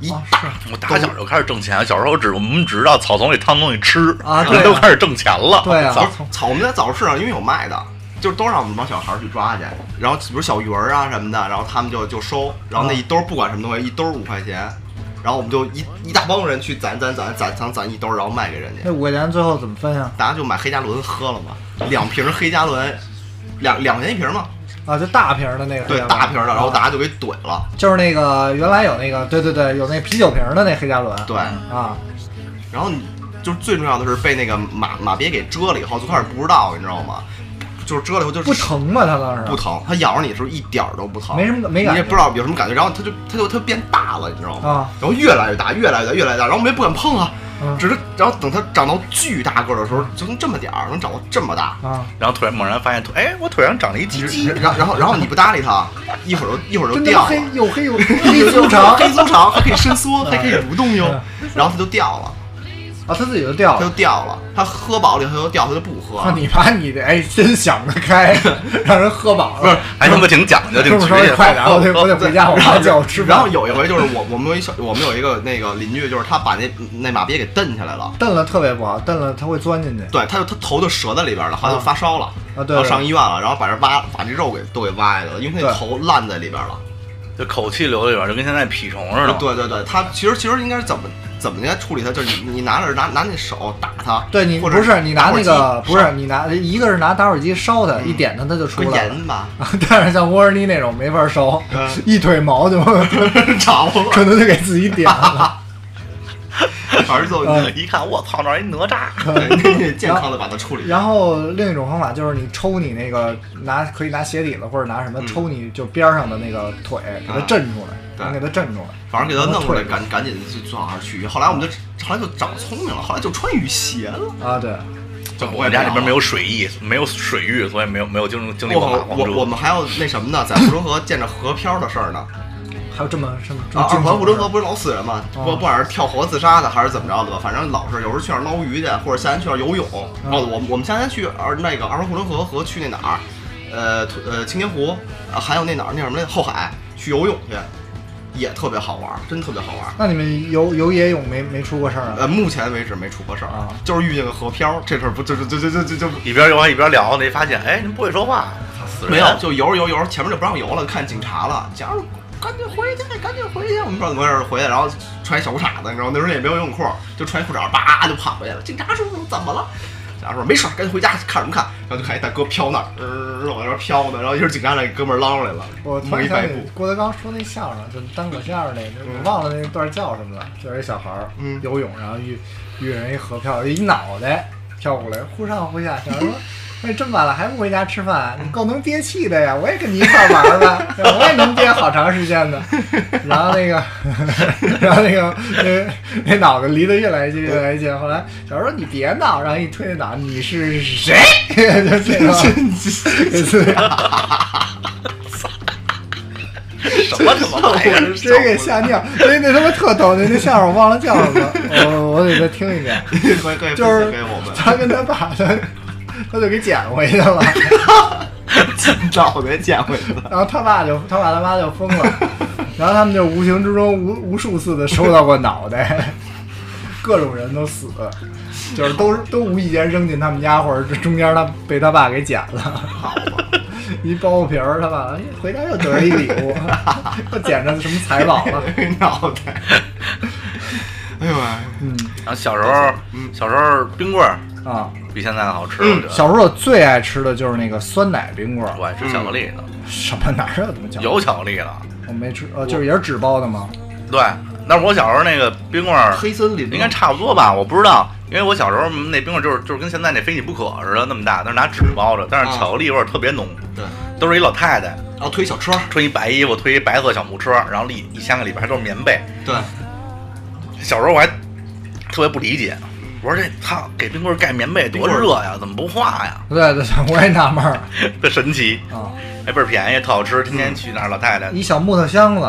Speaker 2: 一
Speaker 1: 啊，是
Speaker 6: 我打小就开始挣钱，小时候只我们只知道草丛里趟东西吃
Speaker 1: 啊
Speaker 6: 人
Speaker 1: 对啊
Speaker 6: 都开始挣钱了。
Speaker 1: 对啊
Speaker 2: 不是
Speaker 1: 草
Speaker 2: 草，我们在早市上因为有卖的，就是都让我们这帮小孩儿去抓去，然后比如小鱼儿啊什么的，然后他们就就收，然后那一兜儿不管什么东西，一兜儿五块钱，然后我们就一一大帮人去攒攒攒攒攒攒一兜儿，然后卖给人家
Speaker 1: 那，五块钱最后怎么分啊呀？
Speaker 2: 大家就买黑加仑喝了嘛，两瓶黑加仑，两两块钱一瓶嘛，
Speaker 1: 啊，就大瓶儿的那个。
Speaker 2: 对，大瓶儿的，
Speaker 1: 啊
Speaker 2: 然后大家就给怼了，
Speaker 1: 就是那个原来有那个，对对对，有那啤酒瓶儿的那黑加仑。
Speaker 2: 对，
Speaker 1: 啊，
Speaker 2: 然后你就是最重要的是被那个马马鳖给蛰了以后，最开始不知道，你知道吗？就是蛰了以后就是
Speaker 1: 不疼吗？它当时
Speaker 2: 不疼，它咬着你的时候一点儿都不疼，
Speaker 1: 没什么没感觉
Speaker 2: 你也不知道有什么感觉。然后它就它就它变大了，你知道吗？
Speaker 1: 啊
Speaker 2: 然后越来越大，越来越大，越来越大。然后我们也不敢碰啊，
Speaker 1: 嗯
Speaker 2: 只是然后等它长到巨大个儿的时候，就能这么点儿，能长到这么大。
Speaker 1: 啊，
Speaker 6: 然后突然猛然发现，哎，我腿上长了一鸡鸡，
Speaker 2: 然后然后然后你不搭理它，一会儿就一会儿就
Speaker 1: 真的
Speaker 2: 掉了
Speaker 1: 黑，又黑又
Speaker 2: *laughs*
Speaker 1: 黑粗长
Speaker 2: 黑粗长还可以
Speaker 1: *laughs*
Speaker 2: 伸缩，还可以蠕动哟。
Speaker 1: 嗯
Speaker 2: 然后它就掉了，
Speaker 1: 啊，它自己就掉
Speaker 2: 它 *laughs* 就
Speaker 1: 了。
Speaker 2: 掉了，它喝饱了以后它就掉，它就不喝
Speaker 1: 啊，
Speaker 2: 了。
Speaker 1: 你把你的哎真想得
Speaker 2: *laughs*
Speaker 1: 开，让人喝饱了。
Speaker 6: 不是，还他妈挺讲
Speaker 1: *laughs*
Speaker 6: 究，
Speaker 1: 哥
Speaker 6: 挺
Speaker 1: 们儿
Speaker 6: 职
Speaker 1: 稍微
Speaker 6: 业。
Speaker 1: 快
Speaker 2: *laughs*
Speaker 1: 点，啊我得
Speaker 6: 哦
Speaker 1: 我得回家，我妈叫我吃
Speaker 2: 然后
Speaker 1: 饭。
Speaker 2: 有一回就是我我们有一小我们有一个那个邻居，就是他把那那马鳖给蹬下来了。
Speaker 1: 蹬了特别不好，蹬了它会钻进去。
Speaker 2: 对，他就他头就折在里边了，后来就发烧了，
Speaker 1: 啊对
Speaker 2: 然后上医院了，然后把这挖把这肉给都给挖下来了，因为那
Speaker 1: 对
Speaker 2: 头烂在里边了。
Speaker 6: 就口气流里边，就跟现在蜱虫似的。
Speaker 2: 对对对，他其实其实应该是怎么怎么应该处理它，就是你你拿着拿拿那手打它，
Speaker 1: 对你
Speaker 2: 或
Speaker 1: 不
Speaker 2: 者
Speaker 1: 是你拿那
Speaker 2: 打
Speaker 1: 个
Speaker 2: 火机
Speaker 1: 不是你拿一个是拿打火机烧它，
Speaker 2: 嗯
Speaker 1: 一点它它就
Speaker 2: 烧
Speaker 1: 出
Speaker 2: 个
Speaker 1: 来了。
Speaker 2: 盐
Speaker 1: *laughs*
Speaker 2: 吧， *laughs*
Speaker 1: 但是像沃尔尼那种没法烧，
Speaker 2: 嗯
Speaker 1: 一腿毛就 *laughs*
Speaker 2: 着了，
Speaker 1: 可能就给自己点了。
Speaker 2: 反正就
Speaker 1: 嗯
Speaker 6: 一看，我操，那儿一哪吒。
Speaker 2: 对健康的把它处理掉。
Speaker 1: 然后另一种方法就是你抽你那个拿可以拿鞋底子或者拿什么
Speaker 2: 嗯啊
Speaker 1: 抽你就边上的那个腿，给它震出来，
Speaker 2: 对
Speaker 1: 能给它震出来。
Speaker 2: 反正给它弄出来，
Speaker 1: 然后退
Speaker 2: 赶赶紧就最好还是去医院。后来我们就后来就长聪明了，后来就穿雨鞋了，
Speaker 1: 啊，对，
Speaker 2: 就不
Speaker 6: 我
Speaker 2: 会
Speaker 6: 们家
Speaker 2: 咬
Speaker 6: 里边
Speaker 2: 了
Speaker 6: 没有水域，没有水域，所以没有没有经经历
Speaker 2: 我
Speaker 6: 过蚂蟥
Speaker 2: 我我
Speaker 6: 蛰。
Speaker 2: 们还有那什么呢，在护城河见着河漂的事儿呢。
Speaker 1: 还有这么什么这
Speaker 2: 啊，
Speaker 1: 么
Speaker 2: 二
Speaker 1: 惊
Speaker 2: 环
Speaker 1: 悚
Speaker 2: 护
Speaker 1: 的
Speaker 2: 城河不是老死人吗？
Speaker 1: 啊
Speaker 2: 不不管是跳河自杀的还是怎么着的吧，反正老是有时候去那儿捞鱼去，或者夏天去那儿游泳。
Speaker 1: 嗯
Speaker 2: 哦，我们我们夏天去二那个二环护城河和去那哪儿，呃土呃青年湖，啊还有那哪儿那什么来着后海去游泳去，也特别好玩儿，真特别好玩儿。
Speaker 1: 那你们游游野泳没没出过事儿啊？
Speaker 2: 呃，目前为止没出过事儿
Speaker 1: 啊，
Speaker 2: 就是遇见个河漂，这事儿不就就就就就就就
Speaker 6: 一边游还一边聊，那发现，哎，您不会说话，操死人。
Speaker 2: 没有，就游着游着游着，前面就不让游了，看警察了，警察说赶紧回去，赶紧回去，我们不知道怎么回事回去，然后穿一小裤衩子，你知道那时候也没有游泳裤，就穿一裤衩，叭就跑回去了。警察叔叔怎么了？警察说没事儿，赶紧回家看什么看？然后就看一大哥飘那儿，呃，往那边飘呢，然后一会儿警察来给哥们儿捞上来了，
Speaker 1: 我突
Speaker 2: 猛一
Speaker 1: 然
Speaker 2: 百
Speaker 1: 想
Speaker 2: 步
Speaker 1: 起，郭德纲说那相声，就是单口相声那，个，
Speaker 2: 嗯
Speaker 1: 我忘了那段叫什么了，就是一小孩儿
Speaker 2: 嗯
Speaker 1: 游泳，然后遇遇人一河漂，一脑袋飘过来，忽上忽下，小孩说。哎，这么晚了还不回家吃饭？你够能憋气的呀！我也跟你一块儿玩儿吧， *laughs* 我也能憋好长时间
Speaker 2: *laughs*
Speaker 1: 的。然后那个， *laughs* 然后那个那那脑袋离得越来越近，越来越近。后来小孩说：“你别闹！”然后一推那脑，你是谁？ *laughs*
Speaker 2: *laughs*
Speaker 1: 就这个，给自己
Speaker 6: 什么他妈玩意儿？
Speaker 1: 直接给吓尿。那那他妈特逗，那那相声我忘了叫什么，我我得再听一遍。
Speaker 2: 可以可以
Speaker 1: 就
Speaker 2: 分
Speaker 1: 是
Speaker 2: 享给我
Speaker 1: *laughs*
Speaker 2: 们，
Speaker 1: 他跟他爸他他就给捡回去了， *laughs*
Speaker 2: *laughs* 早给哎捡回去了。
Speaker 1: 然后他爸就他爸他妈就疯了，然后他们就无形之中无无数次的收到过脑袋，各种人都死，就是都都无意间扔进他们家，或者这中间他被他爸给捡了。
Speaker 2: 好吧，
Speaker 1: 一包皮儿，他爸哎回家又得了一礼物， *laughs* 又捡着什么财宝了。
Speaker 2: 脑袋。哎呦喂，
Speaker 6: 然后小时候，小时候冰棍儿
Speaker 1: 啊，
Speaker 6: 比现在的好吃，我觉得。
Speaker 1: 小时候我最爱吃的就是那个酸奶冰棍儿，
Speaker 6: 我爱吃巧克力的，
Speaker 1: 什么哪有这么巧？
Speaker 6: 有巧克力的。
Speaker 1: 我没吃，呃，就是也是纸包的吗？
Speaker 6: 对，但是我小时候那个冰棍儿
Speaker 2: 黑森林
Speaker 6: 应该差不多吧，我不知道，因为我小时候那冰棍儿就是就是跟现在那非你不可似的那么大，但是拿纸包着，但是
Speaker 2: 啊
Speaker 6: 巧克力味儿特别浓。
Speaker 2: 对，
Speaker 6: 都是一老太太
Speaker 2: 然后推小车，
Speaker 6: 穿一白衣服，推一白色小木车，然后一一箱子里边还都是棉被。
Speaker 2: 对，
Speaker 6: 小时候我还特别不理解，我说这他给冰棍儿盖棉被多热呀，怎么不化呀？ *laughs*
Speaker 1: 对对对，我也纳闷儿
Speaker 6: 特神奇，
Speaker 1: 啊，
Speaker 6: 还倍儿便宜，特好吃，天天去那儿老太太
Speaker 1: 一小木头箱子，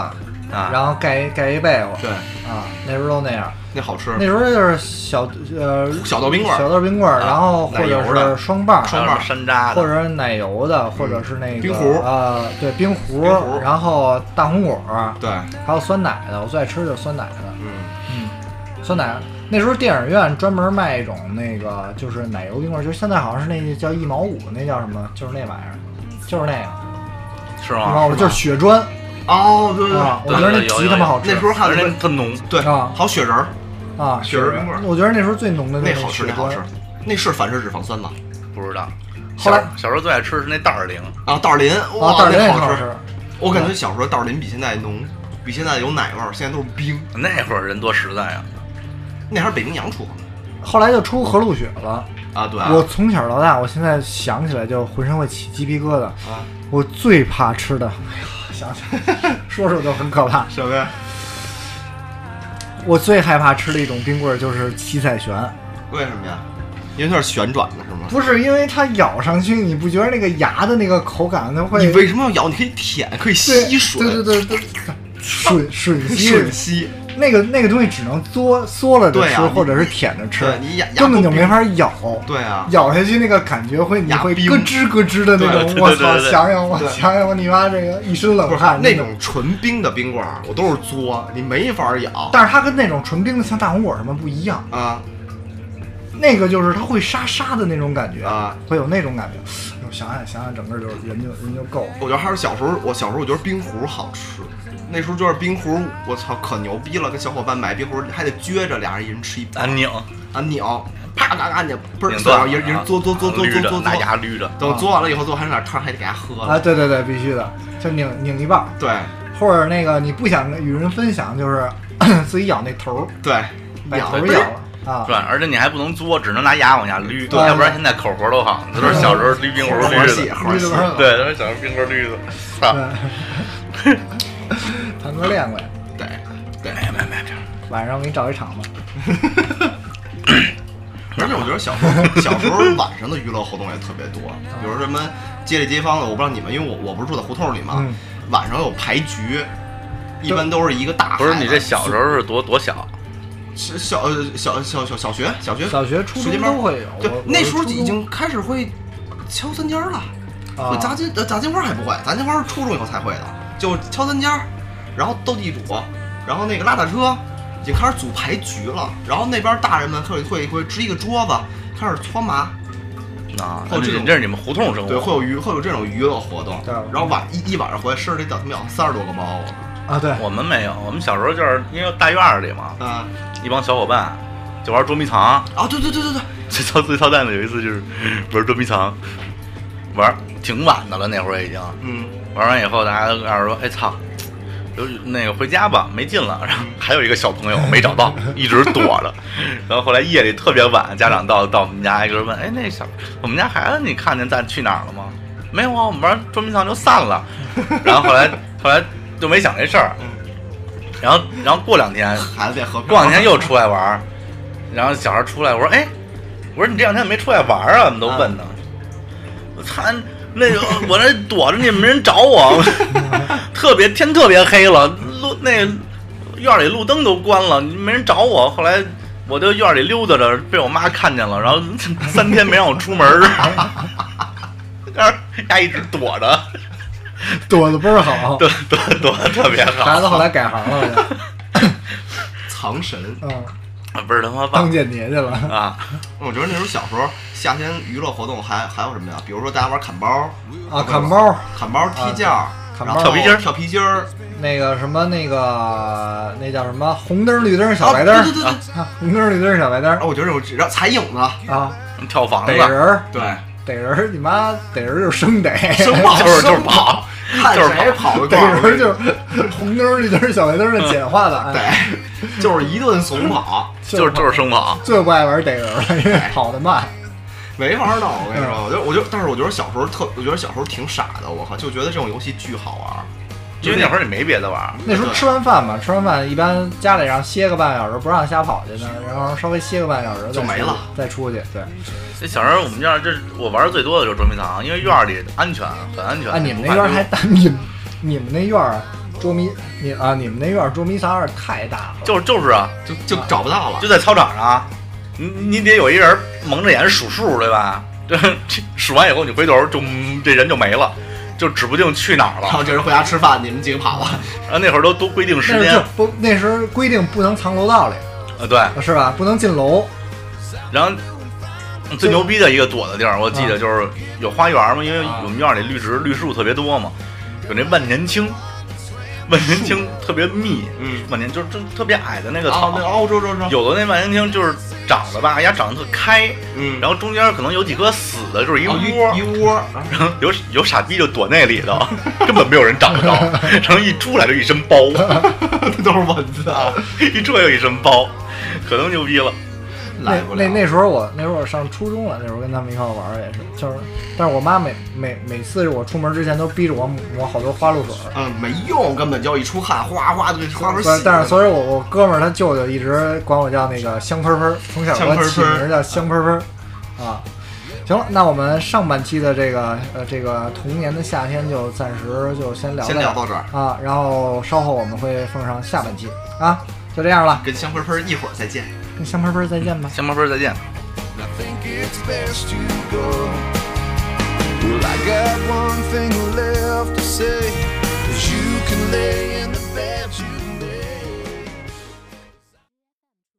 Speaker 6: 啊，
Speaker 1: 然后盖一盖一被窝，
Speaker 2: 对，
Speaker 1: 啊，那时候都那样。
Speaker 2: 那好吃
Speaker 1: 那。时候就是小呃
Speaker 2: 小豆冰棍儿
Speaker 1: 小豆冰棍儿，
Speaker 6: 啊
Speaker 1: 然后或
Speaker 6: 奶油
Speaker 1: 者
Speaker 6: 的
Speaker 1: 是双棒儿，
Speaker 6: 还有什么山楂
Speaker 1: 或
Speaker 6: 的，
Speaker 1: 者是奶油的，或者是那个
Speaker 2: 冰壶
Speaker 1: 啊，对冰壶
Speaker 2: 冰壶，
Speaker 1: 然后大红果儿，
Speaker 2: 对，
Speaker 1: 还有酸奶的，我最爱吃的就是酸奶的。
Speaker 2: 嗯，
Speaker 1: 酸奶那时候电影院专门卖一种那个就是奶油冰棍儿，就是现在好像是那叫一毛五，那叫什么？就是那玩意儿，就是那个
Speaker 6: 是
Speaker 2: 啊
Speaker 1: 一毛
Speaker 6: 吗？
Speaker 1: 五，就是血砖
Speaker 2: 哦，对对
Speaker 1: 啊！我
Speaker 2: 对，
Speaker 1: 觉得那
Speaker 6: 有有
Speaker 1: 极他妈好吃。
Speaker 2: 那时候还有
Speaker 6: 而且
Speaker 2: 那
Speaker 6: 特浓，
Speaker 2: 对，
Speaker 1: 啊
Speaker 2: 还有雪人儿，
Speaker 1: 啊，
Speaker 2: 雪人冰棍儿
Speaker 1: 我觉得那时候最浓的
Speaker 2: 那
Speaker 1: 是
Speaker 2: 好吃，
Speaker 1: 雪
Speaker 2: 那好吃
Speaker 1: 砖。，
Speaker 2: 那是反式脂肪酸吧？
Speaker 6: 不知道。
Speaker 1: 后
Speaker 6: 小
Speaker 1: 来
Speaker 6: 小时候最爱吃是那袋儿零，
Speaker 2: 啊，袋儿林，
Speaker 1: 啊，
Speaker 2: 哇，
Speaker 1: 但是那
Speaker 2: 那
Speaker 1: 也
Speaker 2: 好
Speaker 1: 好
Speaker 2: 吃。。我感觉小时候袋儿林比现在浓，比现在有奶味儿，现在都是冰。
Speaker 6: 那会儿人多实在啊。
Speaker 2: 那还是北冰洋出的
Speaker 1: 后来就出和路雪了。
Speaker 2: 啊，对啊，
Speaker 1: 我从小到大，我现在想起来就浑身会起鸡皮疙瘩。
Speaker 2: 啊
Speaker 1: 我最怕吃的，哎呀，想想 *laughs* 说说都很可怕。
Speaker 2: 什么呀？
Speaker 1: 我最害怕吃的一种冰棍儿就是七彩旋，
Speaker 2: 为什么呀？因为它是旋转的，是吗？
Speaker 1: 不是因为它咬上去，你不觉得那个牙的那个口感它会
Speaker 2: 你为什么要咬？你可以舔，可
Speaker 1: 对
Speaker 2: 以吸水，
Speaker 1: 对对对对，
Speaker 2: *laughs*
Speaker 1: 吮吮吸
Speaker 2: 吮吸。
Speaker 1: 那个那个东西只能嘬缩了着
Speaker 2: 对
Speaker 1: 吃，
Speaker 2: 啊你
Speaker 1: 或者是舔着吃
Speaker 2: 对，你牙牙
Speaker 1: 根本就
Speaker 2: 都冰
Speaker 1: 没法咬。
Speaker 2: 对啊，
Speaker 1: 咬下去那个感觉会，你
Speaker 2: 牙
Speaker 1: 会
Speaker 2: 冰
Speaker 1: 咯吱咯吱的那
Speaker 6: 对对
Speaker 1: 种，
Speaker 6: 对
Speaker 1: 我
Speaker 6: 对
Speaker 1: 操！
Speaker 6: 对对
Speaker 1: 想想我
Speaker 2: 对
Speaker 1: 想想我你妈这个一身
Speaker 2: 不
Speaker 1: 冷
Speaker 2: 是
Speaker 1: 汗
Speaker 2: 那
Speaker 1: 种。
Speaker 2: 种纯冰的冰棍儿，我都是嘬，你没法咬。
Speaker 1: 但是它跟那种纯冰的像大红果什么不一样，
Speaker 2: 啊
Speaker 1: 那个就是它会沙沙的那种感觉
Speaker 2: 啊，
Speaker 1: 会有那种感觉。哎呦想想想想，整个就是人就人就够了。
Speaker 2: 我觉得还是小时候，我小时候我觉得冰壶好吃。那时候就是冰壶，我操，可牛逼了！跟小伙伴买冰壶，还得撅着，俩人一人吃一
Speaker 6: 啊
Speaker 2: 半
Speaker 6: 拧，
Speaker 2: 啊扭，啪嘎嘎扭，嘣儿
Speaker 6: 拧
Speaker 2: 碎
Speaker 6: 断
Speaker 2: 了，
Speaker 6: 了
Speaker 2: 一人一人嘬嘬嘬嘬
Speaker 6: 捋
Speaker 2: 嘬
Speaker 6: 着
Speaker 2: 嘬
Speaker 6: 呃拿
Speaker 2: 嘬。
Speaker 6: 牙啊捋着，
Speaker 2: 等嘬完了以后，最后还得拿汤，还得给它喝
Speaker 1: 啊，
Speaker 2: 了。
Speaker 1: 对对对，必须的，就拧拧一半儿，
Speaker 2: 对
Speaker 1: 或者那个你不想与人分享，就是 *coughs* 自己咬那头儿，
Speaker 2: 对，
Speaker 1: 把
Speaker 2: 咬
Speaker 1: 头儿
Speaker 2: 嘣
Speaker 1: 咬
Speaker 2: 儿
Speaker 1: 了啊
Speaker 6: 对，。而且你还不能嘬，只能拿牙往下捋，
Speaker 1: 对
Speaker 6: 要不然现在口活都好，这都是小时候捋冰棍
Speaker 2: 猴
Speaker 6: 捋
Speaker 2: 戏，
Speaker 6: 的，
Speaker 2: 猴戏。
Speaker 6: *laughs* 对，都是小时候冰棍捋的，操，
Speaker 1: 对 *laughs* 谭哥练过呀，
Speaker 2: 对对，
Speaker 1: 晚上我给你找一场吧。
Speaker 2: 而且我觉得小时候小时候晚上的娱乐活动也特别多，比如什么街里街坊的，我不知道你们，因为我我不是住在胡同里嘛，
Speaker 1: 嗯
Speaker 2: 晚上有牌局，一般都是一个大孩子。
Speaker 6: 不是你这小时候是多多小，
Speaker 2: 是小呃小小小小学小学
Speaker 1: 小学、初
Speaker 2: 学
Speaker 1: 中
Speaker 2: 前班
Speaker 1: 都会有。
Speaker 2: 对
Speaker 1: 我，
Speaker 2: 那时候
Speaker 1: 我初中
Speaker 2: 已经开始会敲三尖儿了。
Speaker 1: 啊
Speaker 2: 砸金呃砸金花还不会，砸金花是初中以后才会的，就敲三尖儿，然后斗地主，然后那个拉大车，已经开始组牌局了。然后那边大人们会会会支一个桌子，开始搓麻，
Speaker 6: 啊，
Speaker 2: 哦
Speaker 6: 那
Speaker 2: 这
Speaker 6: 你
Speaker 2: 种
Speaker 6: 这是你们胡同生
Speaker 2: 对，会
Speaker 6: 活，
Speaker 2: 有娱会有这种娱乐活动。
Speaker 1: 哦对
Speaker 2: 然后晚一一晚上回来，身上得掉他妈三十多个包啊！
Speaker 1: 啊，对，
Speaker 6: 我们没有，我们小时候就是因为大院儿里嘛，
Speaker 2: 啊
Speaker 6: 一帮小伙伴就玩捉迷藏，
Speaker 2: 啊，对对对对对，
Speaker 6: 最操最操蛋的有一次就是玩捉迷藏，玩儿挺晚的了，那会儿已经，
Speaker 2: 嗯，
Speaker 6: 玩完以后，大家都告诉说：“哎操，就那个回家吧，没劲了。”然后还有一个小朋友没找到，一直躲着。然后后来夜里特别晚，家长到到我们家，一个人问：“哎，那小我们家孩子，你看见在去哪儿了吗？”没有啊，我们玩捉迷藏就散了。然后后来后来就没想这事儿。然后然后过两天，
Speaker 2: 孩子在河边
Speaker 6: 过两天又出来玩儿，然后小孩出来，我说哎，我说你这两天没出来玩儿啊？我们都问呢。我操，那个我这躲着你没人找我， *laughs* 特别天特别黑了，路那院里路灯都关了，没人找我。后来我就院里溜达着，被我妈看见了，然后三天没让我出门儿， *laughs* 但是她一直躲着，
Speaker 1: 躲得倍儿好。
Speaker 6: 躲躲躲得特别
Speaker 1: 孩
Speaker 6: 好，
Speaker 1: 子后来改行
Speaker 2: *laughs*
Speaker 1: 了，
Speaker 2: 藏神。
Speaker 1: 嗯，
Speaker 6: 啊不是他妈
Speaker 1: 当
Speaker 6: 棒
Speaker 1: 间谍去了。
Speaker 6: 啊！
Speaker 2: 我觉得那时候小时候夏天娱乐活动还还有什么呀？比如说大家玩砍包
Speaker 1: 啊，砍包，啊
Speaker 2: 砍包、踢毽儿、
Speaker 1: 砍包
Speaker 2: 然后
Speaker 6: 跳皮筋儿
Speaker 2: 跳皮筋儿，
Speaker 1: 那个什么那个那叫什么红灯绿灯小
Speaker 2: 啊
Speaker 1: 白灯
Speaker 2: 对对对对。
Speaker 1: 啊，红灯绿灯小白灯
Speaker 2: 啊我觉得这种然后踩影子，
Speaker 1: 啊，
Speaker 6: 跳房
Speaker 1: 逮
Speaker 6: 子
Speaker 1: 人儿 *laughs*
Speaker 2: 对，
Speaker 1: 逮人儿，你妈逮人儿就生逮，
Speaker 6: *laughs*
Speaker 2: 生跑
Speaker 6: 就是就是
Speaker 2: 生
Speaker 6: 跑，
Speaker 2: *laughs* 看
Speaker 6: 就是
Speaker 2: 谁跑得
Speaker 1: 逮
Speaker 2: 快，
Speaker 1: 人儿就是 *laughs* 红灯绿灯小白灯
Speaker 6: 嗯
Speaker 1: 的简化哎版。
Speaker 2: 对，就是一顿怂跑，
Speaker 6: 就是就是生哎跑，
Speaker 1: 最不爱玩逮人儿了，因为跑得慢。
Speaker 2: 没法弄。我跟你
Speaker 1: 嗯
Speaker 2: 说，我觉得我觉得，但是我觉得小时候特，我觉得小时候挺傻的，我靠，就觉得这种游戏巨好玩儿。
Speaker 6: 因为那会儿也没别的玩儿。
Speaker 1: 那时候吃完饭嘛，吃完饭一般家里让歇个半小时，不让瞎跑去呢，然后稍微歇个半小时再
Speaker 2: 就没了，
Speaker 1: 再出去。对，
Speaker 6: 这小时候我们家这我玩的最多的就是捉迷藏，因为院儿里安全，很安全。
Speaker 1: 啊，你们那院儿还 *laughs* 大，你们你们那院儿捉迷你啊，你们那院儿捉迷藏有点太大了。
Speaker 6: 就是就是啊，
Speaker 2: 就就找不到了
Speaker 6: 就。在操场上啊，你你得有一人蒙着眼数数，对吧？这这数完以后你回头就嗯这人就没了，就指不定去哪儿
Speaker 2: 然
Speaker 6: 了。
Speaker 2: 后这人回家吃饭，你们几个跑了。
Speaker 6: 然后那会儿都都规定时
Speaker 1: 那时
Speaker 6: 间
Speaker 1: 候，就不那时候规定不能藏楼道里，
Speaker 6: 呃对，
Speaker 1: 是吧？不能进楼。
Speaker 6: 然后。嗯最牛逼的一个躲的地儿，我记
Speaker 2: 嗯
Speaker 6: 得就是有花园嘛，因为我们院里绿植绿树特别多嘛，有那万年青，万年青特别密，
Speaker 2: 嗯，哦
Speaker 6: 万年就是就特别矮的那个
Speaker 2: 然
Speaker 6: 草
Speaker 2: 后，那欧洲洲洲，
Speaker 6: 有的那万年青就是长得吧，丫哎长得特开，
Speaker 2: 嗯，
Speaker 6: 然后中间可能有几棵死的，就是一
Speaker 2: 然后哦一
Speaker 6: 窝，
Speaker 2: 一窝，
Speaker 6: 然后有有傻逼就躲那里头， *laughs* 根本没有人找
Speaker 2: *laughs*
Speaker 6: 得着，然后一出来就一身包， *laughs*
Speaker 2: 都是蚊子啊，
Speaker 6: 一出来就一身包，可能牛逼了。
Speaker 1: 那
Speaker 2: 来不了。
Speaker 1: 那那时候我那时候我上初中了，那时候跟他们一块儿玩儿也是，就是，但是我妈每每每次我出门之前都逼着我抹好多花露水儿。
Speaker 2: 嗯，没用，根本就一出汗，哗哗的花
Speaker 1: 所
Speaker 2: 水
Speaker 1: 以，但是，所以我我哥们儿他舅舅一直管我叫那个香喷喷儿，从小给我起名叫香喷喷儿，啊，行了，那我们上半期的这个呃这个童年的夏天就暂时就先聊
Speaker 2: 先聊
Speaker 1: 到
Speaker 2: 到这儿，
Speaker 1: 这儿啊，然后稍后我们会奉上下半期啊，就这样了，
Speaker 2: 跟香喷喷一会儿再见。
Speaker 1: 跟香喷喷儿再见吧。
Speaker 6: 香茅喷，再见。
Speaker 5: I think it's best you go. Well, I got one thing left to say is you can lay in